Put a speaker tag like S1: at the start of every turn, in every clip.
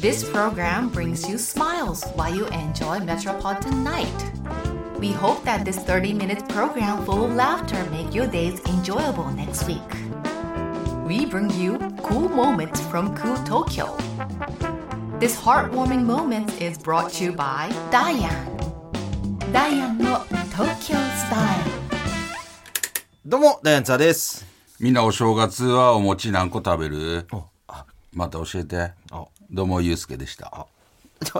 S1: This program brings you smiles while you enjoy Metropolitan Night. We hope that this 30 minute program full of laughter make your days enjoyable next week. We bring you cool moments from cool Tokyo. This heartwarming moment is brought to you by Diane. Diane no Tokyo Style.
S2: どうも、ダイアンツァです。
S3: みんなお正月はお餅何個食べるまた教えて
S2: あ。
S3: どうも、ゆうすけでした。
S2: 帰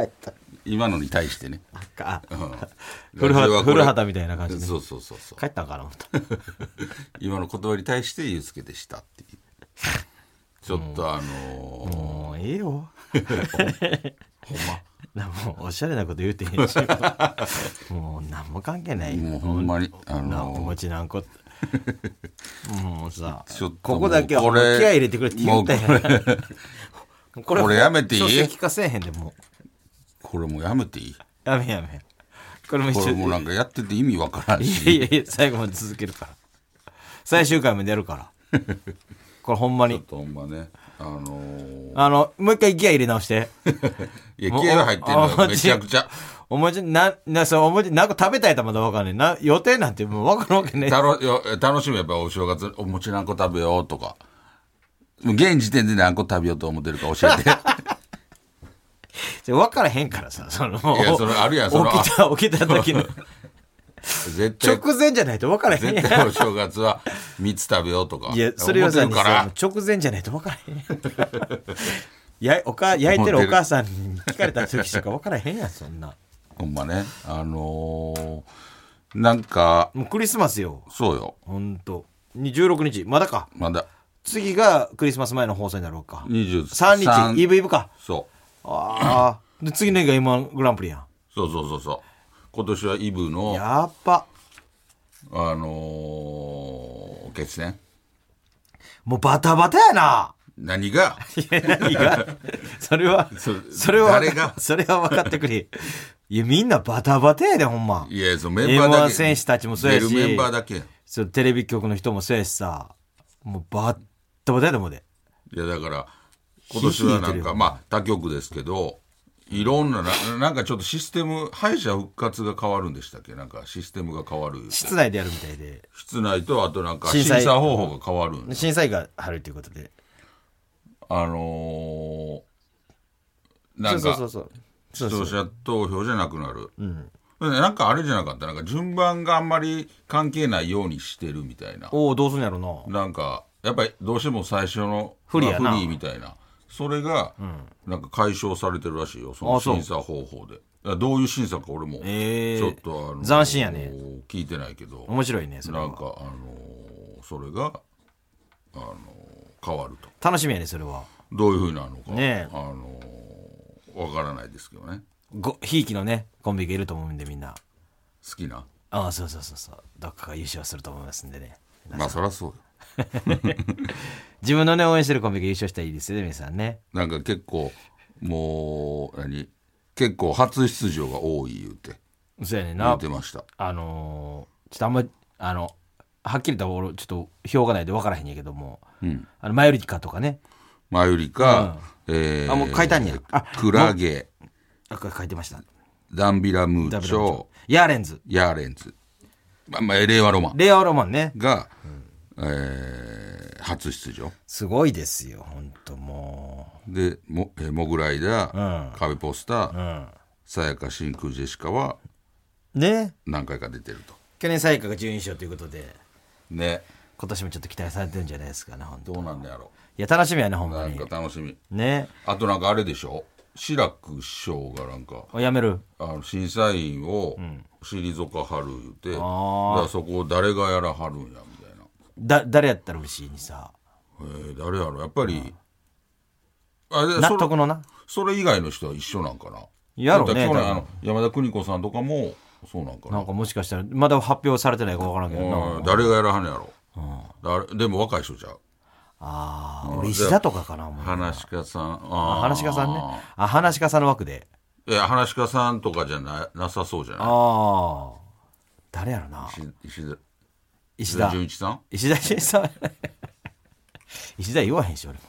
S2: った。
S3: 今のに対してね。
S2: か。
S3: うん
S2: 古
S3: ラジ
S2: 畑、
S3: オ はこれ
S2: 古畑みたいな感じで。
S3: そうそうそうそう。
S2: 帰ったんかな思った
S3: 今の言葉に対してゆうすけでしたっていう。ちょっとあのー
S2: もうええよ。
S3: ほんま。
S2: なもうおしゃれなこと言うてへんし。 もう何も関係ない。
S3: もうほんまに、あ
S2: なお
S3: のー
S2: 餅何個。もうさ
S3: ちょっとも
S2: こ
S3: う、
S2: こだけはもう
S3: こ
S2: 気合
S3: れ
S2: い入れてくれって言ったやん
S3: もうこれ
S2: こ
S3: これやめていい
S2: 書籍化せえへんで、もう。
S3: これもうやめていい
S2: やめやめ。これも一
S3: こ
S2: 緒
S3: れもうなんかやってて意味わから ん
S2: いやい
S3: し。
S2: やいや、最後まで続けるから。最終回までやるから。これほんま
S3: ちょ
S2: に
S3: っ。とほんまね。あのー
S2: あの、もう一回ギア入れ直 して。
S3: いや、気合が入ってるのよめちゃくちゃ。。
S2: お餅、な、な、そう、お餅、なんか食べたいとまだわかんない。な、予定なんてもうわからんわけね。
S3: たのよ楽しみやっぱお正月お餅何個食べようとかもう現時点で何個食べようと思ってるか 教えて
S2: わからへんからさ、その、
S3: いやそれあるやんその
S2: 起きた、起きた時 の。
S3: 絶対
S2: 直前じゃないとわからへんや
S3: 絶対お正月は3つ食べようとか
S2: ん。いや、それはさ、
S3: 思ってるから
S2: その直前じゃないとわからへんやん。や、お か、焼いてるお母さんに聞かれた時しかわからへんやん、そんな。
S3: ほんまねあのーなんか
S2: もうクリスマスよ。
S3: そうよ
S2: ほんと。に16日、まだか。
S3: まだ
S2: 次がクリスマス前の放送になろうか。
S3: 23
S2: 3日、イブイブか。
S3: そう
S2: ああ。で、次の日が今グランプリやん。
S3: そうそうそうそう今年はイブの
S2: やっぱ。
S3: あのー決戦
S2: もうバタバタやな。
S3: 何が
S2: 何が それは、
S3: そ
S2: それは、
S3: 誰が
S2: それは分かってくれ。いや、みんなバタバタやで、ほんま。
S3: いやそのメンバーだ
S2: M1
S3: け
S2: 選手たちもそうやし
S3: 出るメンバーだけやん
S2: そうテレビ局の人もそうやしさ。もうバッタバタやでもうで。
S3: いやだから今年
S2: ひいひい言っ
S3: はな
S2: て
S3: ん
S2: るよ
S3: かまあ他局ですけどいろんなななんかちょっとシステム敗者復活が変わるんでしたっけなんかシステムが変わる
S2: 室内でやるみたいで。
S3: 室内とあとなんか審
S2: 審査
S3: 査方法が変わるん
S2: 審査員が入るということで。
S3: あのー、な
S2: そうんそうそう
S3: か
S2: そう。
S3: 視聴者投票じゃなくなる、なんかあれじゃなかったなんか順番があんまり関係ないようにしてるみたいな
S2: おお、どうすんやろな。
S3: なんかやっぱりどうしても最初の
S2: 不利やな
S3: まあ不利みたいなそれがなんか解消されてるらしいよその
S2: あそう
S3: 審査方法でだからどういう審査か俺も
S2: ええ
S3: ちょっとあの
S2: 斬新やね
S3: 聞いてないけど
S2: 面白いね、それ
S3: な
S2: は
S3: んかあのそれがあの変わると
S2: 楽しみやね、それは。
S3: どういうふうなのか、
S2: ねえ
S3: あのわからないですけどね
S2: ご、ひいきのね、コンビがいると思うんで、みんな。
S3: 好きな
S2: ああ、そうそうそうそう。どっかが優勝すると思いますんでね。
S3: まあそりゃそうよ
S2: 自分のね、応援してるコンビが優勝したらいいですよね、皆さんね。
S3: なんか結構もう何結構初出場が多い言うて
S2: そうやねん
S3: 言
S2: な
S3: っ。てました
S2: あのーちょっとあんま、あの、はっきりと俺、ちょっと表がないで分からへんやけども、あの、マヨリカとかね。
S3: マユリカ、えー
S2: あもう書いたんやあ
S3: クラゲ、
S2: あ、これ書いてました。
S3: ダンビラムーチョ、
S2: ヤーレンズ。
S3: ヤーレンズ、まあまあ、令和ロマン
S2: レアロマンね。
S3: が、えー初出場。
S2: すごいですよ、ほんとも
S3: で、もえーモグライダー、壁ポスタ
S2: う。う
S3: ー、
S2: ん。
S3: さやか真空ジェシカは
S2: ね。
S3: 何回か出てると。
S2: 去年最下が準優勝ということで、
S3: ね、
S2: 今年もちょっと期待されてるんじゃないですかね、ほんと。
S3: どうなんだやろ
S2: いや、楽しみやね、ほん
S3: う。
S2: ま
S3: なん
S2: に
S3: か。楽しみ。
S2: ね。
S3: あとなんかあれでしょ志らく師匠がなんか、
S2: おやめる。
S3: あの審査員を退かはる言うて、だ
S2: ー
S3: からそこを誰がやらはるんやみたいな。
S2: だ、誰やったら嬉しいにさ。
S3: えー誰やろやっぱり、あれそ
S2: 納
S3: れ
S2: 得のな。
S3: それ以外の人は一緒なんかな
S2: やろね
S3: だって去
S2: 多
S3: 年
S2: 分
S3: あの山田邦子さんとかもそうなんかな
S2: なんかもしかしたら、まだ発表されてないか分からんけど
S3: うん
S2: な。
S3: 誰がやらはんのやろ、誰でも若い人ちゃう
S2: ああ、俺石田とかかな、もう。
S3: 話し家さん
S2: あ
S3: あ
S2: 話し家さんね。あ、話し家さんの枠で。
S3: いや話し家さんとかじゃななさそうじゃない
S2: ああ。誰やろな。
S3: 石田
S2: 石
S3: 石田
S2: 田。
S3: 純一さん
S2: 石田純一さん。石田言わへんし、俺も。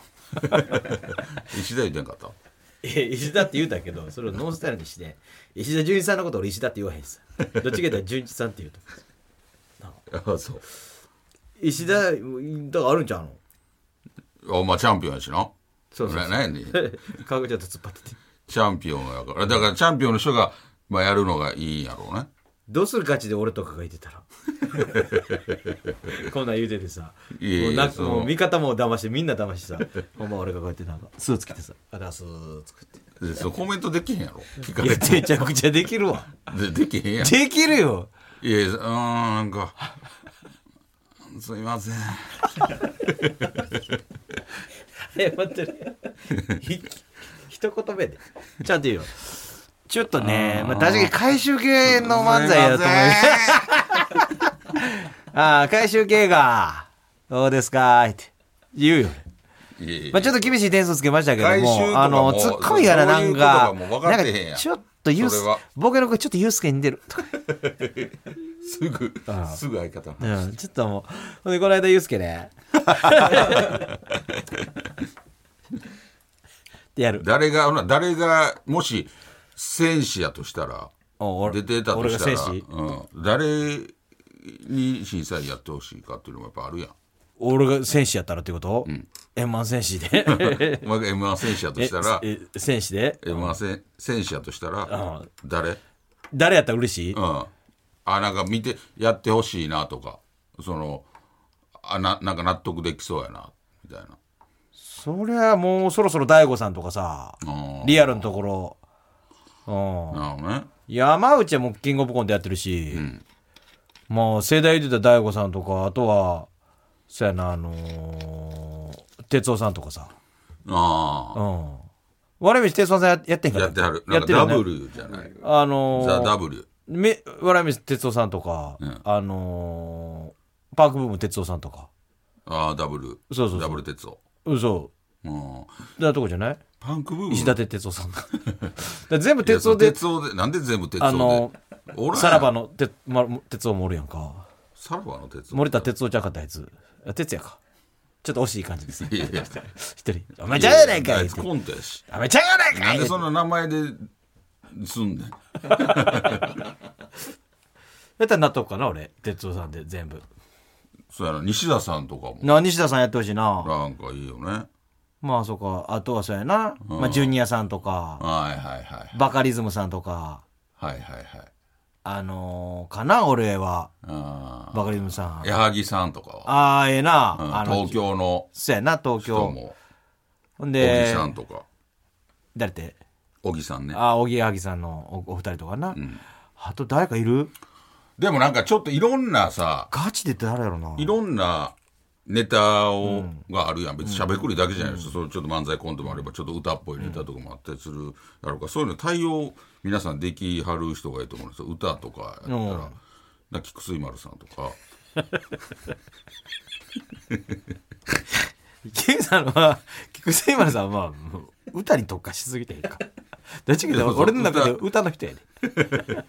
S3: 石田言ってんかった
S2: え石田って言うたけどそれをノンスタイルにして石田純一さんのこと俺石田って言わへんさどっちか言ったら純一さんって言うと
S3: あそう
S2: 石田だからあるんちゃうの
S3: あまあチャンピオンやしな
S2: そうそうそう
S3: ななんやねん
S2: かぐちゃんと突っ張ってて
S3: チャンピオンやからだからチャンピオンの人が、まあ、やるのがいいんやろうね
S2: どうするガチで俺とかがいて たらこんなん言うててさ
S3: いや
S2: も
S3: いや
S2: うなん
S3: そ
S2: か
S3: の
S2: もう味方も騙してみんな騙してさほんま俺がこうやってなんかスーツ着てさあだスーツ着て
S3: でそうコメントできへんやろ聞か
S2: い
S3: れ
S2: や
S3: て
S2: めちゃくちゃできる わ
S3: でできへんやん
S2: できるよ
S3: いやうーんなんかすいません
S2: 謝ってるひ一言目でちゃんと言うよちょっとねまあ、確かに回収系の漫才やと思います ああ回収系がどうですかーって言うよ
S3: すいませんいやいや
S2: まあ、ちょっと厳しい点数つけましたけども
S3: 回収とかも
S2: あのツッコミがななんか
S3: そういうことがもう分
S2: な
S3: かっ
S2: ん
S3: てへんやん
S2: かちょっとユース
S3: それは
S2: ボケの声ちょっとユースケに似てると か、
S3: すぐすぐ相方の
S2: うん、ちょっともうほんでこの間ユースケね ってやる
S3: 誰がほな誰がもし戦士やとしたら
S2: お俺
S3: 出てたとした
S2: 俺が
S3: ら
S2: 戦士
S3: うん、誰に審査員やってほしいかっていうのもやっぱあるやん
S2: 俺が戦士やったらってこと、円満戦士で
S3: お前が m 1戦士やとしたら
S2: ええ戦士で
S3: m 1戦戦士やとしたら
S2: ん
S3: 誰
S2: 誰やったら嬉しい、
S3: うん、あなんか見てやってほしいなとかそのあななんか納得できそうやなみたいな
S2: そりゃもうそろそろ大悟さんとかさ
S3: あー
S2: リアルのところうん
S3: なるほどね
S2: 山内はもうキングオブコントやってるし、まあ世代で言うたら大悟さんとかあとはそやなあのー哲夫さんとかさ
S3: あ
S2: うん我道哲夫さんややってん
S3: あ
S2: か
S3: や
S2: ら
S3: ってはるな
S2: や
S3: ん
S2: っ
S3: か
S2: てるよね
S3: W じゃない、
S2: あのー
S3: ザ・ W
S2: め笑い飯哲夫さんとか、
S3: ん
S2: あのーパークブーム哲夫さんとか
S3: ああ W
S2: そうそうそう
S3: W 鉄夫
S2: 嘘
S3: うん
S2: だとこじゃない
S3: パンクブーム
S2: 石立哲夫さんがだから 全部
S3: いや
S2: 哲
S3: そ
S2: 夫
S3: う
S2: で
S3: 鉄夫でなんで全部鉄夫で
S2: あの
S3: おらんやん
S2: さらばのて、ま、哲夫もおるやんか
S3: さらばの鉄夫
S2: 森田哲夫ちゃうかったやつあ哲也かちょっと惜しい感じですね
S3: いやいや
S2: 一人「お前ちゃうやないか
S3: あ
S2: い!」
S3: い
S2: っ
S3: つ
S2: て
S3: コントやし
S2: 「お前ちゃうやないか!」
S3: ないん
S2: っ
S3: で
S2: て
S3: そんな名前ですんねん
S2: やったら納得かな俺哲夫さんで全部
S3: そうやな西田さんとかも
S2: な西田さんやってほしいな
S3: なんかいいよねはい
S2: まあそうかあとはそうやな、まあ、ジュニアさんとか
S3: はいはい
S2: バカリズムさんとか
S3: はいはいはい
S2: あのー、かな俺は
S3: あ
S2: バカリズムさん
S3: あ矢作さんとかは、
S2: ああええな、
S3: うん
S2: あの
S3: 東京の
S2: そうやな東
S3: 人
S2: 京
S3: も
S2: ほん
S3: 小
S2: で
S3: 木さんとか
S2: 誰って
S3: 小木さんね
S2: ああおぎやはぎさんのおお二人とかな、あと誰かいる
S3: でもなんかちょっといろんなさ
S2: ガチで誰やろない
S3: ろんなネタを、があるやん別にしゃべくりだけじゃないですか、それちょっと漫才コントもあればちょっと歌っぽいネタとかもあったりするやろうかそういうの対応皆さんできはる人がいいと思うんですよ歌とかやったら、
S2: うん
S3: なんか菊水丸さん とか
S2: キムさんは菊池丸さんはもう歌に特化しすぎてる かどっちかというと俺の中で歌の人やね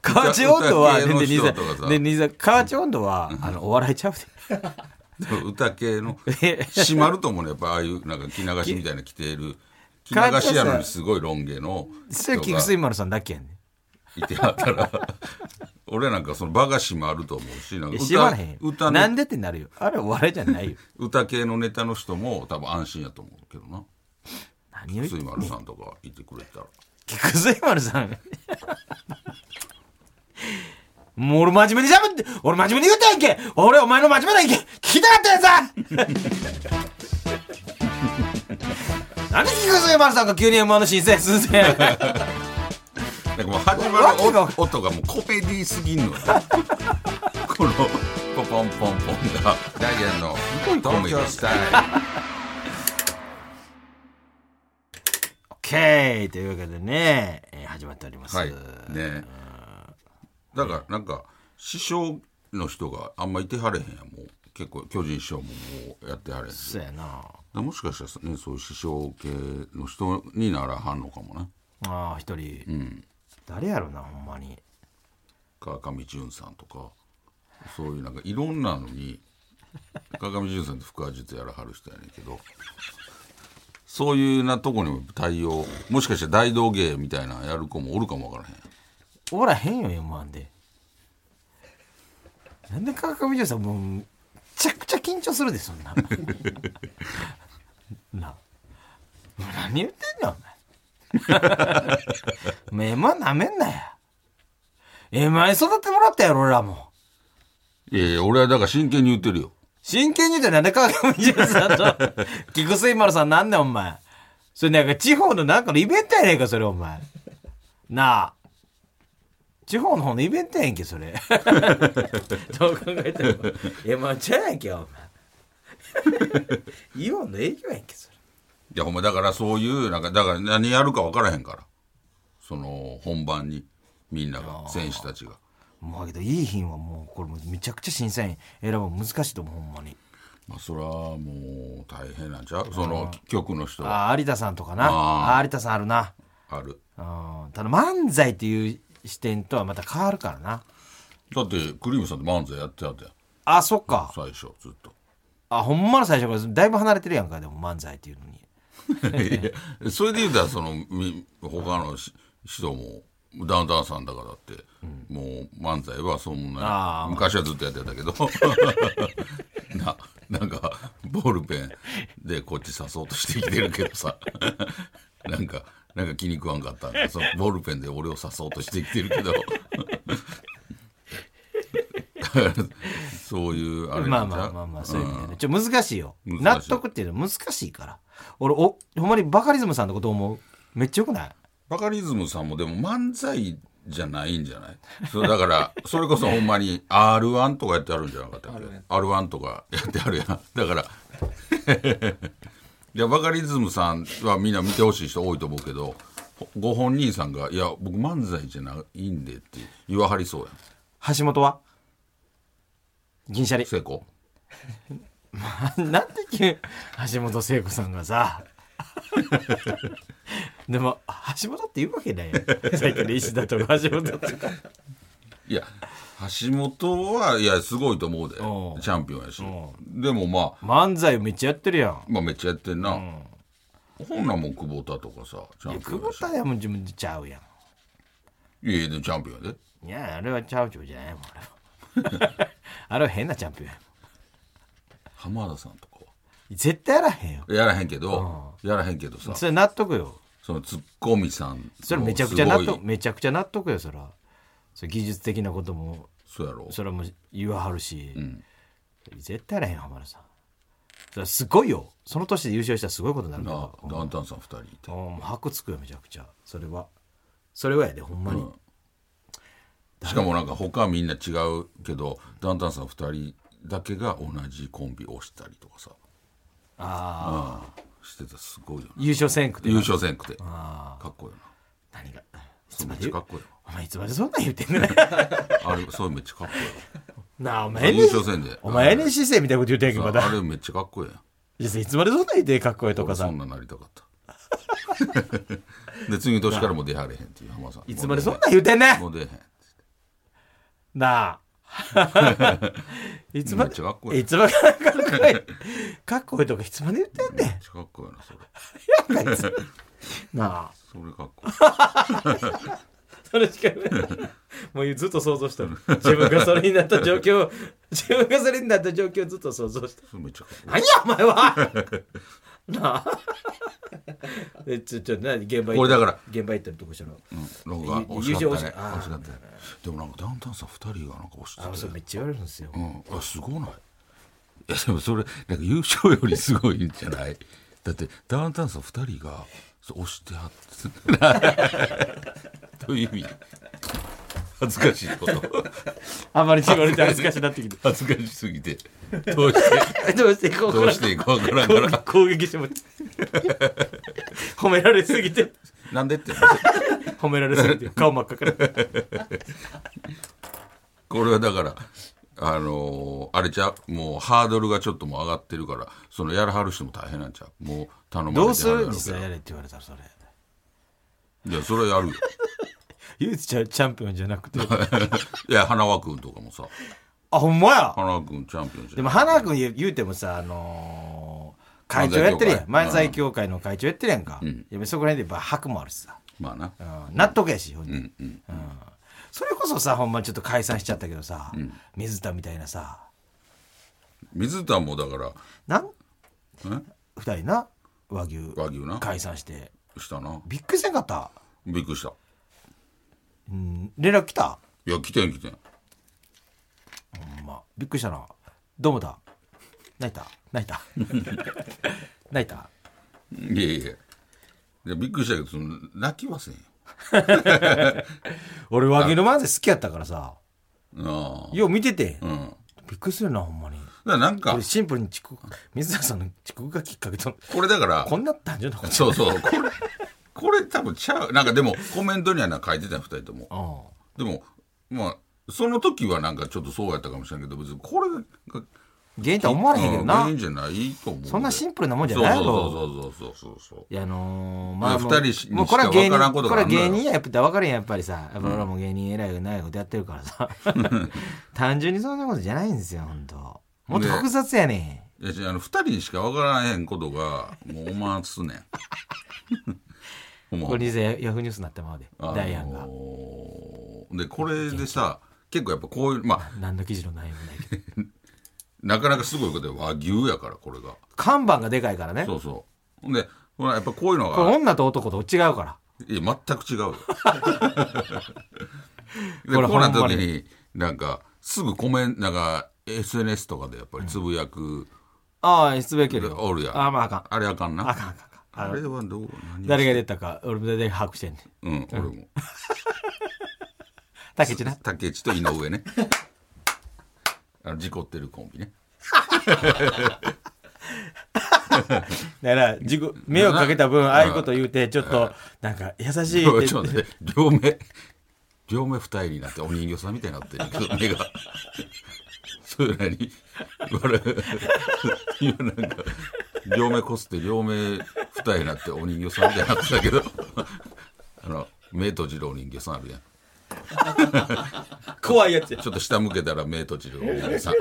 S2: 河内音頭は
S3: 歌系の
S2: で
S3: 人
S2: 兄さん
S3: とかさ
S2: で兄さん河内音頭はあのお笑いちゃう で
S3: でも歌系の
S2: え
S3: 締まると思うねやっぱああいうなんか着流しみたいなの着ている着流しやのにすごいロン毛の
S2: それ
S3: 人
S2: 菊
S3: が
S2: 池丸さんだけやね
S3: いてはったら 俺なんかその場が締まると思うしなんか
S2: 知らへん
S3: 歌
S2: よ
S3: 歌,、
S2: な
S3: ね
S2: ん、でってなるよあれお笑いじゃ ないよ
S3: 歌系のネタの人も多分安心やと思うけどな
S2: 何を言
S3: 水
S2: って
S3: 丸さんとかいてくれたら
S2: 菊水丸さん。もう俺真面目に喋って、俺真面目に言ったやんけ俺お前の真面目な意見聞きたかったやんさ なんで菊水丸さんが急に M1 の申請すんねん。
S3: なんかもう始ま
S2: わけ
S3: る
S2: が
S3: 音音がもうコメディすぎんの よこのポポンポンポンがダイアンの東京スタイル
S2: オッケーというわけでね、えー始まっております。
S3: はいねだからなんか師匠の人があんまいてはれへんやんもう結構巨人師匠ももうやってはれへんし
S2: そうやな。
S3: もしかしたらねそういう師匠系の人にならはんのかもね
S2: ああ、一人。誰やろな、ほんまに。
S3: 川上淳さんとかそういうなんかいろんなのに川上淳さんって腹話術やらはる人やねんけどそういうなとこにも対応もしかして大道芸みたいなやる子もおるかもわからへん
S2: おらへんよ M1 でなんで川上淳さんもうむちゃくちゃ緊張するでそんな なもう何言ってんのお前 お前 M1 なめんなや M1 育ってもらったやろ俺らも
S3: いやいや俺はだから真剣に言ってるよ
S2: 真剣に言うてなんで川上淳さん と菊水丸さんなんねんお前それなんか地方のなんかのイベントやねんかそれお前なあ地方の方のイベントやんけそ れどう考えてもえまあじゃやんけお前 イオンの営業やんけそれ
S3: いやほんまだからそういうなんかだから何やるかわからへんからその本番にみんなが選手たちが
S2: もうだけどいい品はもうこれもうめちゃくちゃ審査員選ぶの難しいと思うほんまに
S3: まあそれはもう大変なんちゃうその局の人は
S2: ああ有田さんとかな
S3: あー
S2: あー有田さんあるな
S3: ある
S2: うんただ漫才っていう視点とはまた変わるからな
S3: だってクリームさんと漫才やってはったやん
S2: あそっか
S3: 最初ずっと
S2: あほんまの最初からだいぶ離れてるやんかでも漫才っていうのに
S3: いやそれで言うたらそのみ他のし人もダウンタウンさんだからって、もう漫才はそん
S2: あ
S3: な
S2: あ
S3: 昔はずっとやって たけどななんかボールペンでこっち刺そうとしてきてるけどさなんかなんか気に食わんかったんでそのボールペンで俺を刺そうとしてきてる けどそういうあれ
S2: まあま
S3: なんちゃ
S2: あ
S3: う
S2: まあまあそういう意味でねちょ難しいよ
S3: 難しい
S2: 納得っていうのは難しいから俺おほんまにバカリズムさんのこと思うめっちゃよくない
S3: バカリズムさんもでも漫才じゃないんじゃないそうだから、 それこそほんまに R1 とかやってあるんじゃなかったっけ ?R1 とかやってあるやん。だから、 いや、バカリズムさんはみんな見てほしい人多いと思うけど、ほご本人さんが、いや、僕漫才じゃないんでって言わはりそうやん。
S2: 橋本は銀シャリ
S3: 成功
S2: なんて急橋本聖子さんがさ でも橋本って言うわけないやんさっきの石田とか橋本とか
S3: いや、橋本は、いや、すごいと思うで。チ
S2: おう
S3: ャンピオンやし。でもまあ、
S2: 漫才めっちゃやってるやん
S3: まあめっちゃやってんな。ほんなんもう久保田とかさ、チャンピ
S2: 久
S3: オンや
S2: 保
S3: し。
S2: 田でも自分でちゃうや
S3: いやいやでもチャンピオンやで。
S2: んいやあれはちゃうちゃうじゃないもんあれはあれは変なチャンピオンやもん
S3: 浜田さんとかは
S2: 絶対やらへんよ
S3: やらへんけど、やらへんけどさ
S2: それ納得よ
S3: そのツッコミさん
S2: それめちゃくちゃ納
S3: すごい
S2: 得めちゃくちゃ納得よそらそれ技術的なことも
S3: そうやろ
S2: それも言わはるし、絶対やらへん浜田さんそれすごいよその年で優勝したらすごいことになるか
S3: な
S2: ら
S3: あダウンタウンさん2人いて
S2: うんもう箔つくよめちゃくちゃそれはそれはやでほんまに、
S3: しかもなんか他はみんな違うけどダウンタウンさん2人だけが同じコンビをしたりとかさ
S2: ああ
S3: してたらすごいよな
S2: 優勝せんくて
S3: 優勝せんくてかっこいいよな
S2: 何がい
S3: そ
S2: つ
S3: れめ
S2: ま
S3: っ
S2: で
S3: ちゃ
S2: 言
S3: か
S2: う
S3: っこいいよ
S2: お前いつまでそんなん言ってんねん
S3: なあれそれめっちゃかっこいいよ
S2: なあお前
S3: 優
S2: NC
S3: 勝せんで
S2: お前
S3: あ
S2: NC 生みたいなこと言うてんけ
S3: れ
S2: どま
S3: あ
S2: だ
S3: れめっちゃかっこいいやん
S2: いやいつまでそんなん言ってかっこいいとか
S3: そ
S2: さ
S3: んななりたかった で次の年からもう出はれへんっていう浜田さん
S2: いつまでそんなん言うてんねん
S3: もう出えへん。
S2: なあ。 いつま
S3: めっ
S2: で
S3: ちゃかっこいい
S2: いつまでかっこいい。かっこいいとかいつまで言ってんね
S3: ちかっこいいな、それ。
S2: ん。なあ。
S3: それかっこいい。
S2: それしか言えないもうずっと想像してる。自分がそれになった状況 を、自分がそれになった状況をずっと想像してる。
S3: それめっちゃかっこい
S2: 何やお前はなあ。えちょ、ちょ、なに現場行った
S3: これだから
S2: 現場行ったりとかしたら。
S3: い。なんか 惜し
S2: 優勝惜
S3: かった
S2: し
S3: ね。
S2: あー
S3: 惜しかったね。でもなんかダウンタウンさん2人がなんか惜し
S2: あ、そ
S3: て
S2: れ
S3: て。
S2: めっちゃ言われるんですよ。
S3: うん。あ、すごない。いや、でもそれ、なんか優勝よりすごいんじゃないだって、ダウンタウンさん2人がそう押してはって。 という意味。恥ずかしいこと。
S2: あまり言われて恥ずかしなってき て。
S3: 恥ずかしすぎて。どうして、
S2: どうしてこう
S3: どうしていいかわからんから。
S2: 攻撃しても褒められすぎて
S3: なんでって。
S2: 褒められすぎて 顔真っ赤から
S3: これはだからあのーあれちゃうもうハードルがちょっともう上がってるからそのやらはる人も大変なんちゃうもう頼まれて
S2: どうす
S3: はる
S2: る
S3: やろう
S2: 実
S3: けど
S2: 際やれって言われたらそれ
S3: いやそれはやるよ
S2: 唯一チャチャンピオンじゃなくて
S3: いや花輪君とかもさ
S2: あほんまや
S3: 花輪君チャンピオンじゃん
S2: でも花君言う言うてもさあのー会長やってるやん漫
S3: 漫
S2: 才
S3: 才
S2: 協会の会長やってるやんか、
S3: ん
S2: やっぱそこら辺でやっぱ白もあるしさ、
S3: まあな。
S2: うん、納得やしほんで、
S3: うんうん。
S2: それこそさほんまちょっと解散しちゃったけどさ、水田みたいなさ
S3: 水田もだから、
S2: なん
S3: え
S2: 二人な和牛
S3: 和牛な
S2: 解散して
S3: したな。
S2: びっくりせんかった
S3: びっくりした。
S2: 連絡来た
S3: いや、来てん来てん。
S2: ほんまびっくりしたなどうもだ泣いた泣いた 泣いた
S3: いやいやいや。びっくりしたけど、その泣きはせんよ。
S2: 俺和牛の漫才好きやったからさ
S3: ああ。
S2: よう見てて、
S3: うん。だか
S2: びっくりするなほんまに
S3: らなんか
S2: 俺、シンプルに遅刻水田さんの遅刻がきっかけと
S3: これだから、
S2: こんなったんじゃなかった
S3: そうそう、 これ、これ多分ちゃう。なんかでも、コメントにはな書いてたよ、二人とも。
S2: う
S3: でも、まあ、その時はなんかちょっとそうやったかもしれんけど、別にこれが、
S2: ん原因とは思われへんけどな、
S3: いいんじゃないと思う。
S2: そんなシンプルなもんじゃ
S3: そう
S2: ない
S3: そ
S2: よ
S3: うそうそうそうそう
S2: いやあのー、まあ
S3: いや
S2: もう
S3: 二人にし
S2: もうこれは
S3: しか
S2: 芸人
S3: 分からんこと
S2: こ
S3: が
S2: れ
S3: あ
S2: は
S3: んのよ
S2: 芸人ややっぱ分かるやんやっぱりさやっぱ俺らも芸人偉いないことやってるからさ単純にそんなことじゃないんですよ本当もっと
S3: ね
S2: 複雑やね
S3: いや違うあの二人にしか分からへんことがもうおまつ ねんほん
S2: ん
S3: ま
S2: これ実はヤヤフーニュースになってまうで
S3: あのー
S2: ダイアンが
S3: でこれでさ結構やっぱこういうまあ
S2: 何の記事の内容もないけど
S3: なかなかすごいことで和牛やからこれが
S2: 看板がでかいからね
S3: そうそうほんでほらやっぱこういうの
S2: これ
S3: が
S2: 女と男と違うから
S3: いや全く違う よ
S2: こ
S3: でこ
S2: れ
S3: うなった
S2: ほんま
S3: 時
S2: に
S3: になんかすぐコメンなんか SNS とかでやっぱりつぶやく
S2: ああ失礼けど
S3: おるやん、
S2: ああまああかん
S3: あれあかんな
S2: あかんあかんあかんあ
S3: あ
S2: の
S3: れはどう何
S2: 誰が出たか俺も大体把握してんねん
S3: うん 俺も
S2: たけち な
S3: 竹内と井上ねあの事故ってるコンビね
S2: だから自己迷惑かけた分
S3: な
S2: ああいうこと言うてちょっとなんか優しい
S3: ちょ
S2: っ
S3: ってと待って両目両目二重になってお人形さんみたいになってるけど目が それな に笑う今なんか両目こすって両目二重になってお人形さんみたいになってたけど あの目閉じるお人形さんあるやん
S2: 怖いやつや
S3: ちょっと下向けたら目閉じるお人形さん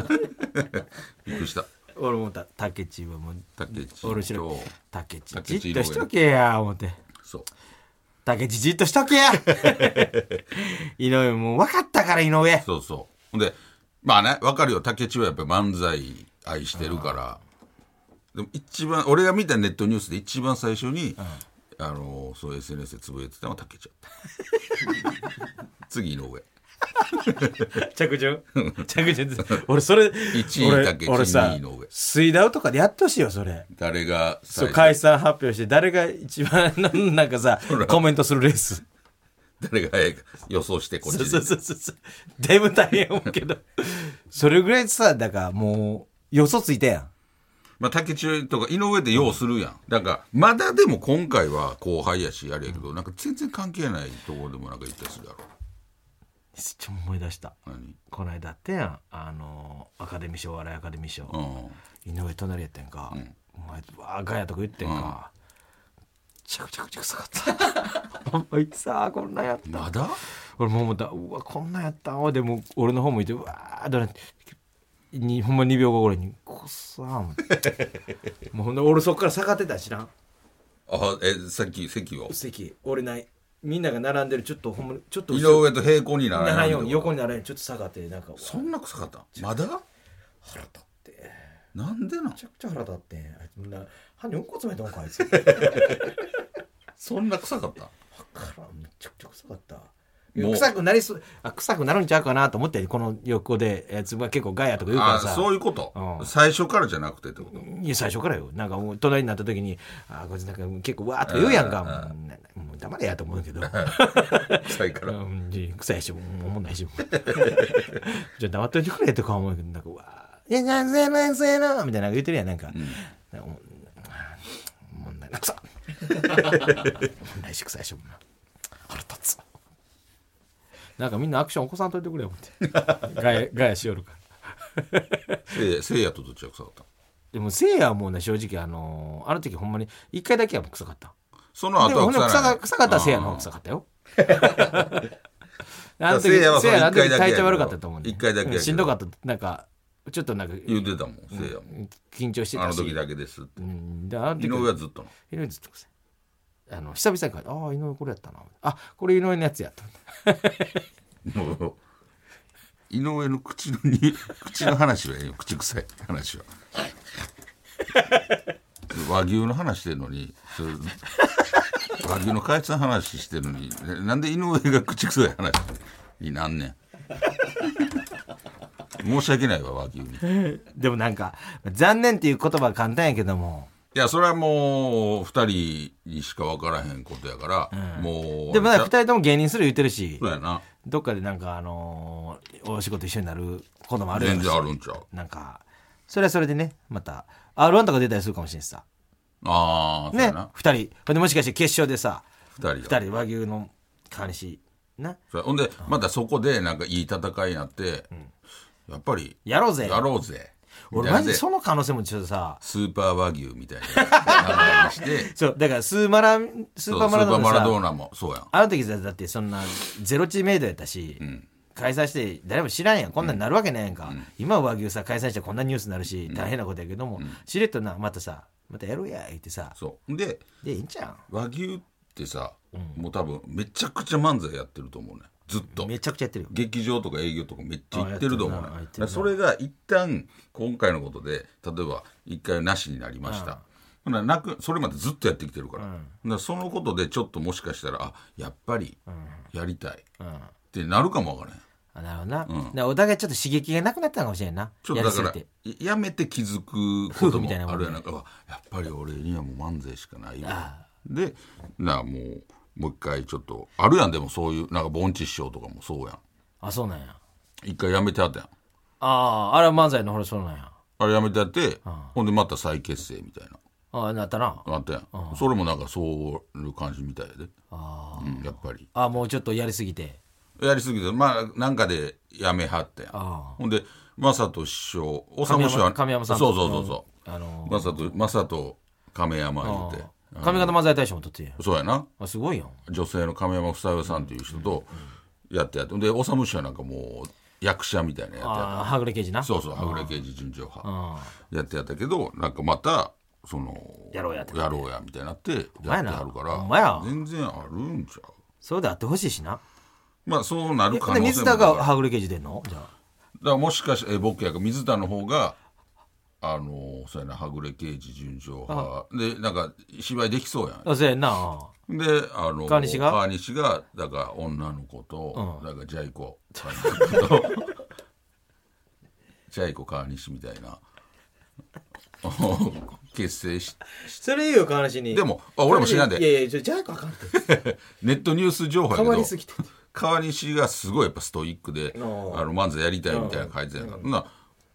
S3: びっくりした
S2: 俺もたたけちはもう
S3: 竹内
S2: 俺知らん
S3: と
S2: たけち
S3: た
S2: じ
S3: けち
S2: っとしとけや思って
S3: そう
S2: たけちじっとしとけや 井上もう分かったから井上
S3: そうそう。ほんで、まあね、わかるよ。竹内はやっぱり漫才愛してるから。でも一番、俺が見たネットニュースで一番最初に、あの、そう SNS でつぶやいてたのは竹内だった。次、井上。
S2: 着順着順です俺それ
S3: 一位
S2: 俺
S3: たけち
S2: 俺さ
S3: 二位井上
S2: 水ダウとかでやってほしいよそれ
S3: 誰が
S2: そ
S3: 最
S2: う
S3: 初
S2: 解散発表して誰が一番なんか さ
S3: ら
S2: コメントするレース
S3: 誰が早いか予想してこっち
S2: そう
S3: で。
S2: そうそうそう。だいぶ大変思うけど。それぐらいさ、だからもう、よそついたやん。
S3: まあ、竹内とか井上ってようするやん。だから、まだでも今回は後輩やし、あれやけど、なんか全然関係ないところでもなんか言ったりするやろ。
S2: ちょっと思い出した。
S3: 何
S2: この間あってやん。あの、アカデミー賞、お笑いアカデミー賞。
S3: うん。
S2: 井上隣やってんか。お前、わーガヤとか言ってんか。ちゃくちゃくちゃくさかった。 お前さ、こんなんやった。
S3: まだ
S2: 俺もう思った、うわ、こんなんやったん。でも、俺の方向いて、うわーどれにほんま2秒後ぐらいに、こっさー思って。もうほんで、俺そっから下がってたん知らん。
S3: あ、え、さっき席を。
S2: 席俺ないみんなが並んでるちょっとほんまにちょっと
S3: 井
S2: 後ろ
S3: 上と平行にな
S2: な
S3: ら
S2: ら
S3: なんい
S2: ように横にならんようにちょっと下がってなんか
S3: そんな臭かったまだ
S2: 腹立ってめ
S3: なんでなん
S2: ちゃくちゃ腹立ってあいつみんな歯にうんこ詰めたんかあいつわ
S3: そんな臭かった
S2: からんめちゃくちゃ臭かった
S3: もう
S2: 臭くなりそうあ臭くなるんちゃうかなと思ってこの横でやつは結構ガヤとか言うから
S3: あ
S2: さ
S3: そういうこと、
S2: うん
S3: 最初からじゃなくてってこと
S2: いや最初からよなんかもう隣になった時にあこいつなんか結構わーとか言うやんかもうなもう黙れやと思うけ ど
S3: 臭いから
S2: うん、で臭いし、もうもんないし。もうじゃあ黙っといてくれとか思うけど、なんか、うわーいや、なんせなんせな、みたいなの言ってるやん、なんか。なんかもうもんないな、臭っもんないし、臭いし、もうな腹立つ。なんかみんなアクション起こさんといてくれよ、思って。ガヤ、ガヤしよるから。
S3: せいやせいやとどっちが臭かった
S2: でも、せいやはもうね、正直、あのーあの時ほんまに、一回だけはもう臭かった。
S3: その
S2: で
S3: 後
S2: もほ
S3: は
S2: んで
S3: 臭
S2: 臭
S3: な
S2: か
S3: い
S2: 臭かったらせいやの方が臭かった よ。あの時
S3: せいやはそ
S2: せい
S3: の
S2: やの
S3: 一回だけやけ
S2: 時
S3: ど
S2: 体調悪かったと思うんで
S3: 一回だけやけど
S2: しんどかったなんかちょっとなんか
S3: 言うてたもん、せいやも
S2: 緊張して
S3: あ
S2: た
S3: の
S2: し
S3: 時だけですって
S2: うんであの
S3: 井
S2: 時
S3: 上はずっとの
S2: 井上ずっとくせあの久々に書いて「ああ井上これやったな」あこれ井上のやつやと 思って
S3: もう 井上の口のに口の話はええよ口臭い話は和牛の話してるのにそれ和牛の開発の話してるのにえなんで井上が口臭い話になんねん申し訳ないわ和牛にい
S2: でもなんか「残念」っていう言葉は簡単やけども
S3: やそれはもう二人にしか分からへんことやから、もう
S2: でもなんか
S3: あれ
S2: 2
S3: ちゃ
S2: 人とも芸人する言ってるし
S3: うそうやな
S2: どっかでなんかあのーお仕事一緒になることもあるやろ
S3: 全
S2: うし
S3: 然あるんちゃう
S2: なんかそれはそれでねまた R1 とか出たりするかもしれんしさ
S3: ああそう
S2: ね
S3: やな
S2: 2人ほんでもしかして決勝でさ
S3: 二人
S2: 2
S3: が
S2: 人で和牛の監視な
S3: そうほんでまたそこでなんかいい戦いになって、やっぱり
S2: やろうぜ
S3: やろうぜみ
S2: 俺
S3: たい
S2: マ
S3: なん
S2: ジ
S3: で
S2: でその可能性もちょっとさ
S3: スーパー和牛みたいな にして
S2: そうだからスーマラスー
S3: そう
S2: パーマラドー
S3: スーパーマラ
S2: ナ
S3: ド
S2: さ
S3: ーナもそうやん
S2: あの時さだってそんなゼロ知名度やったし、開催して誰も知らんやんこんなんなるわけないやんか、今和牛さ開催してこんなニュースになるし大変なことやけども、しれっとなまたさまたやろうや言ってさ
S3: そうで
S2: でいいんちゃ
S3: 和牛ってさ、もう多分めちゃくちゃ漫才やってると思うねずっ
S2: う
S3: と
S2: めちゃくちゃやってるよ
S3: 劇場とか営業とかめっちゃ行ってると思うね
S2: あやってるなやってるな
S3: だからそれが一旦今回のことで例えば一回なしになりました、ほななくそれまでずっとやってきてるから,、そのことでちょっともしかしたらあやっぱりやりたい、ってなるかもわからへん
S2: あなるほどな、だからお互いちょっと刺激がなくなってたのかもしれんな
S3: ちょっ
S2: や
S3: と
S2: り
S3: だ
S2: すぎ
S3: から
S2: て
S3: いやめて気づくこと
S2: 夫婦み
S3: も
S2: たいなも
S3: あ
S2: ん
S3: る
S2: ね
S3: やんなんかあやっぱり俺にはもう漫才しかないわでなあもうもう一回ちょっとあるやんでもそういうなんかぼんち師匠とかもそうやん
S2: あそうなんや
S3: 一回やめてはったやん
S2: あああれは漫才のほらそうなんや
S3: あれやめてやって、ほんでまた再結成みたいな。
S2: ああなったな
S3: あったやん。それもなんかそういう感じみたいやで。うんやっぱり。
S2: ああもうちょっとやりすぎて
S3: やりすぎて、まあ、なんかでやめはったやん。
S2: あ
S3: ほんで、マサト師匠、おさむ師匠は
S2: 神山さん
S3: そうそうそうそ
S2: あの
S3: う。マサト、マサト、亀山言うて。
S2: 髪型漫才大賞も取ってるやん
S3: そうやな。
S2: あすごいやん
S3: 女性の亀山房代さんっていう人とやってやって。ほんで、おさむ師匠なんかもう役者みたいなやつやったやん
S2: ああはぐれ刑事な
S3: そうそう、はぐれ刑事純情派。
S2: あ
S3: やってやったけど、なんかまた、その、
S2: やろうやってな
S3: やろうやみたいになって、やって
S2: まやな
S3: はるか
S2: ほんまや
S3: ら、全然あるんちゃう
S2: そうであってほしいしな
S3: まあ、そうなる可
S2: で
S3: 能性も
S2: 水田がはぐれ刑事出んのじゃ
S3: だからもしかして、え僕やから水田の方が、あのーそうやな、はぐれ刑事純情派。で、なんか、芝居できそうやん。
S2: ああそうやんなあ
S3: で、あの、
S2: 川西が
S3: 川西がだから女の子と、だからジャイ コ、川西とジャイコ川西みたいな、 結成し、
S2: それ言うよ川西に
S3: でも、あ俺も知らん
S2: い
S3: で、
S2: やいやちょじゃあかかんって
S3: ネットニュース情報や
S2: 変わり
S3: け
S2: すぎ
S3: ど
S2: て、
S3: 川西がすごいやっぱストイックで、あ
S2: ん
S3: の、漫才やりたいみたいな書いてたから、ほな、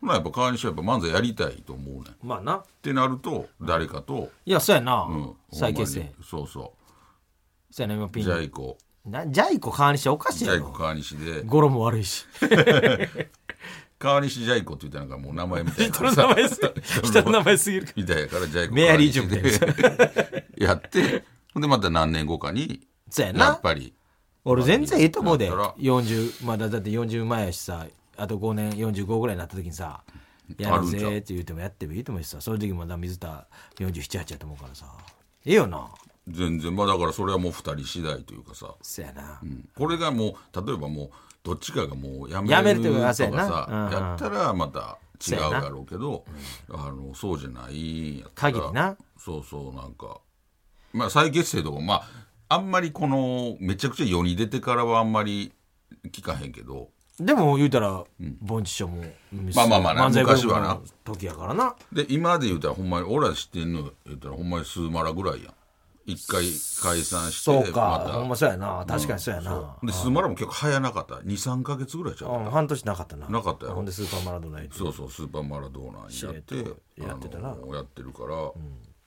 S3: ほなやっぱ川西はやっぱ漫才やりたいと思うねん。っ
S2: まあな
S3: てなると、誰かと、
S2: いやそうやな
S3: うん
S2: 再結。成
S3: ほんまにそうそ
S2: そうやな今
S3: う。
S2: ピン
S3: ジャイコ、
S2: なジャイコ川西はおかしい
S3: ジ
S2: や
S3: ャイコ
S2: ろ
S3: 川西で、
S2: 語呂も悪いし
S3: 川西ジャイコって言ったらなんかもう名前みたいな
S2: 人の名前すぎ人の名前すぎる
S3: みたいやからジャイコ
S2: メアリージョブ
S3: で やってほんでまた何年後かに
S2: そうやな
S3: やっぱり
S2: 俺全然ええと思うで
S3: だったら
S2: 40まだだって40前やしさあと5年45ぐらいになった時にさやるぜ
S3: あるんちゃう
S2: って言ってもやってもいいと思うしさその時まだ水田478やと思うからさええよな
S3: 全然まあだからそれはもう二人次第というかさ
S2: そやな、
S3: これがもう例えばもうどっちかがもうやめる
S2: やめるという
S3: と
S2: か
S3: か
S2: そ
S3: さ
S2: うやなうん
S3: やったらまた違
S2: そう
S3: う
S2: やな
S3: やろうけどあのそうじゃないんやったら
S2: 限りな
S3: そうそうなんかまあ再結成とかまああんまりこのめちゃくちゃ世に出てからはあんまり聞かへんけど
S2: でも言うたら盆地師匠も、
S3: まあまあまあな
S2: 漫才ブーム
S3: 昔はな
S2: の時やからな
S3: で今で言うたらほんまに俺ら知ってんの言ったらほんまに数マラぐらいやん一回解散して
S2: そうか、
S3: また
S2: ほんまそうやな確かにそうやな、
S3: で数マラも結構早なかった23か月ぐらいちゃう
S2: う
S3: か
S2: ん
S3: な
S2: 半年なかったな
S3: なかったやろ
S2: ほんでスーパーマラドーナ行って
S3: そうそうスーパーマラドーナやって
S2: しれっとやってたな
S3: あのやってるから、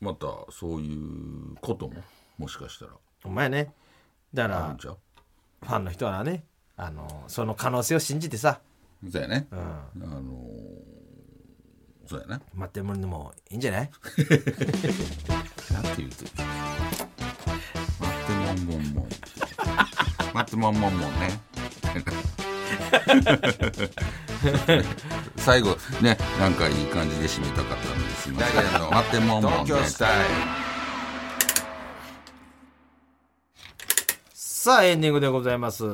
S3: またそういうことももしかしたら
S2: お前ねだか
S3: ある
S2: ら
S3: んちゃう
S2: ファンの人はねあのその可能性を信じてさ
S3: そうやね、あのーそうやね
S2: 待ってもらうのもいいんじゃない
S3: なんて言うてる待ってもんもんもん待ってもんもんもんねそ最後ねなんかいい感じで締めたかったんですみませんあの発展もんもんね
S4: 東京スタイ
S2: さあ、エンディングでございます。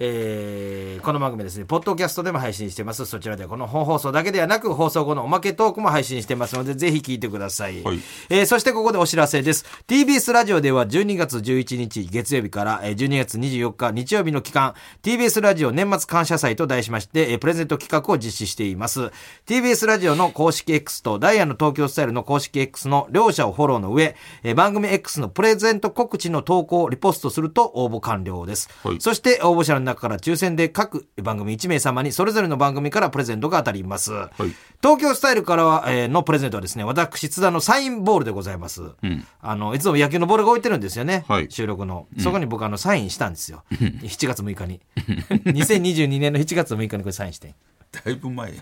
S2: えーこの番組ですね、ポッドキャストでも配信してます。そちらではこの本放送だけではなく、放送後のおまけトークも配信してますので、ぜひ聞いてください。
S3: はい
S2: えーそしてここでお知らせです。TBS ラジオでは12月11日月曜日からえー12月24日日曜日の期間、TBS ラジオ年末感謝祭と題しまして、えープレゼント企画を実施しています。TBS ラジオの公式 X とダイヤの東京スタイルの公式 X の両者をフォローの上、えー番組 X のプレゼント告知の投稿をリポストすると応募完了です。
S3: はい
S2: そして応募者の中から抽選で各番組1名様にそれぞれの番組からプレゼントが当たります。
S3: い
S2: 東京スタイルからは、えーのプレゼントはですね、私、津田のサインボールでございます。あの、いつも野球のボールが置いてるんですよね。
S3: はい
S2: 収録の。そこに僕、あの、サインしたんですよ。7月6日に。2022年の7月6日にこれサインして。
S3: だいぶ前や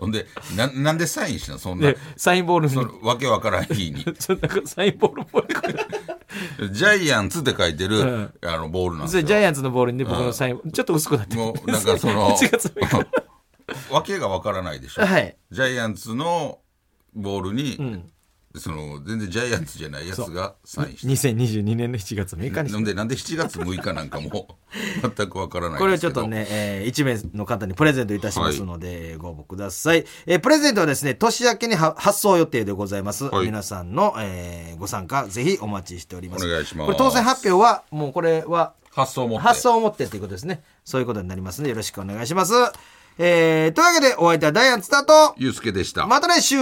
S3: ほんでななんでサインしたのそんな
S2: で、サインボールに、
S3: そのわけわからん日に
S2: そんなサインボールっぽい声。
S3: ジャイアンツって書いてる、あのボールなんです
S2: そ
S3: よ
S2: れジャイアンツのボールにね、僕のサイン、ちょっと薄くなってる
S3: もうなんかそ の
S2: 1月6日。
S3: わけがわからないでしょ、
S2: はい
S3: ジャイアンツのボールに、その全然ジャイアンツじゃないやつがサインして
S2: 2022年の7月6日に
S3: なんでなんで7月6日なんかも全くわからない
S2: これ
S3: で
S2: をち
S3: す
S2: ょっ
S3: けど
S2: とね、えー、1名の方にプレゼントいたしますので、ご応募ください。えー、プレゼントはですね、年明けには発送予定でございます。
S3: はい
S2: 皆さんの、えー、ご参加、ぜひお待ちしております。
S3: お願いします
S2: これ当選発表は、もうこれは、
S3: 発想を持って
S2: 発想を持ってということですね。そういうことになりますので、よろしくお願いします。えー、というわけで、お相手はダイアンツだと、
S3: ゆうすけでした
S2: また来週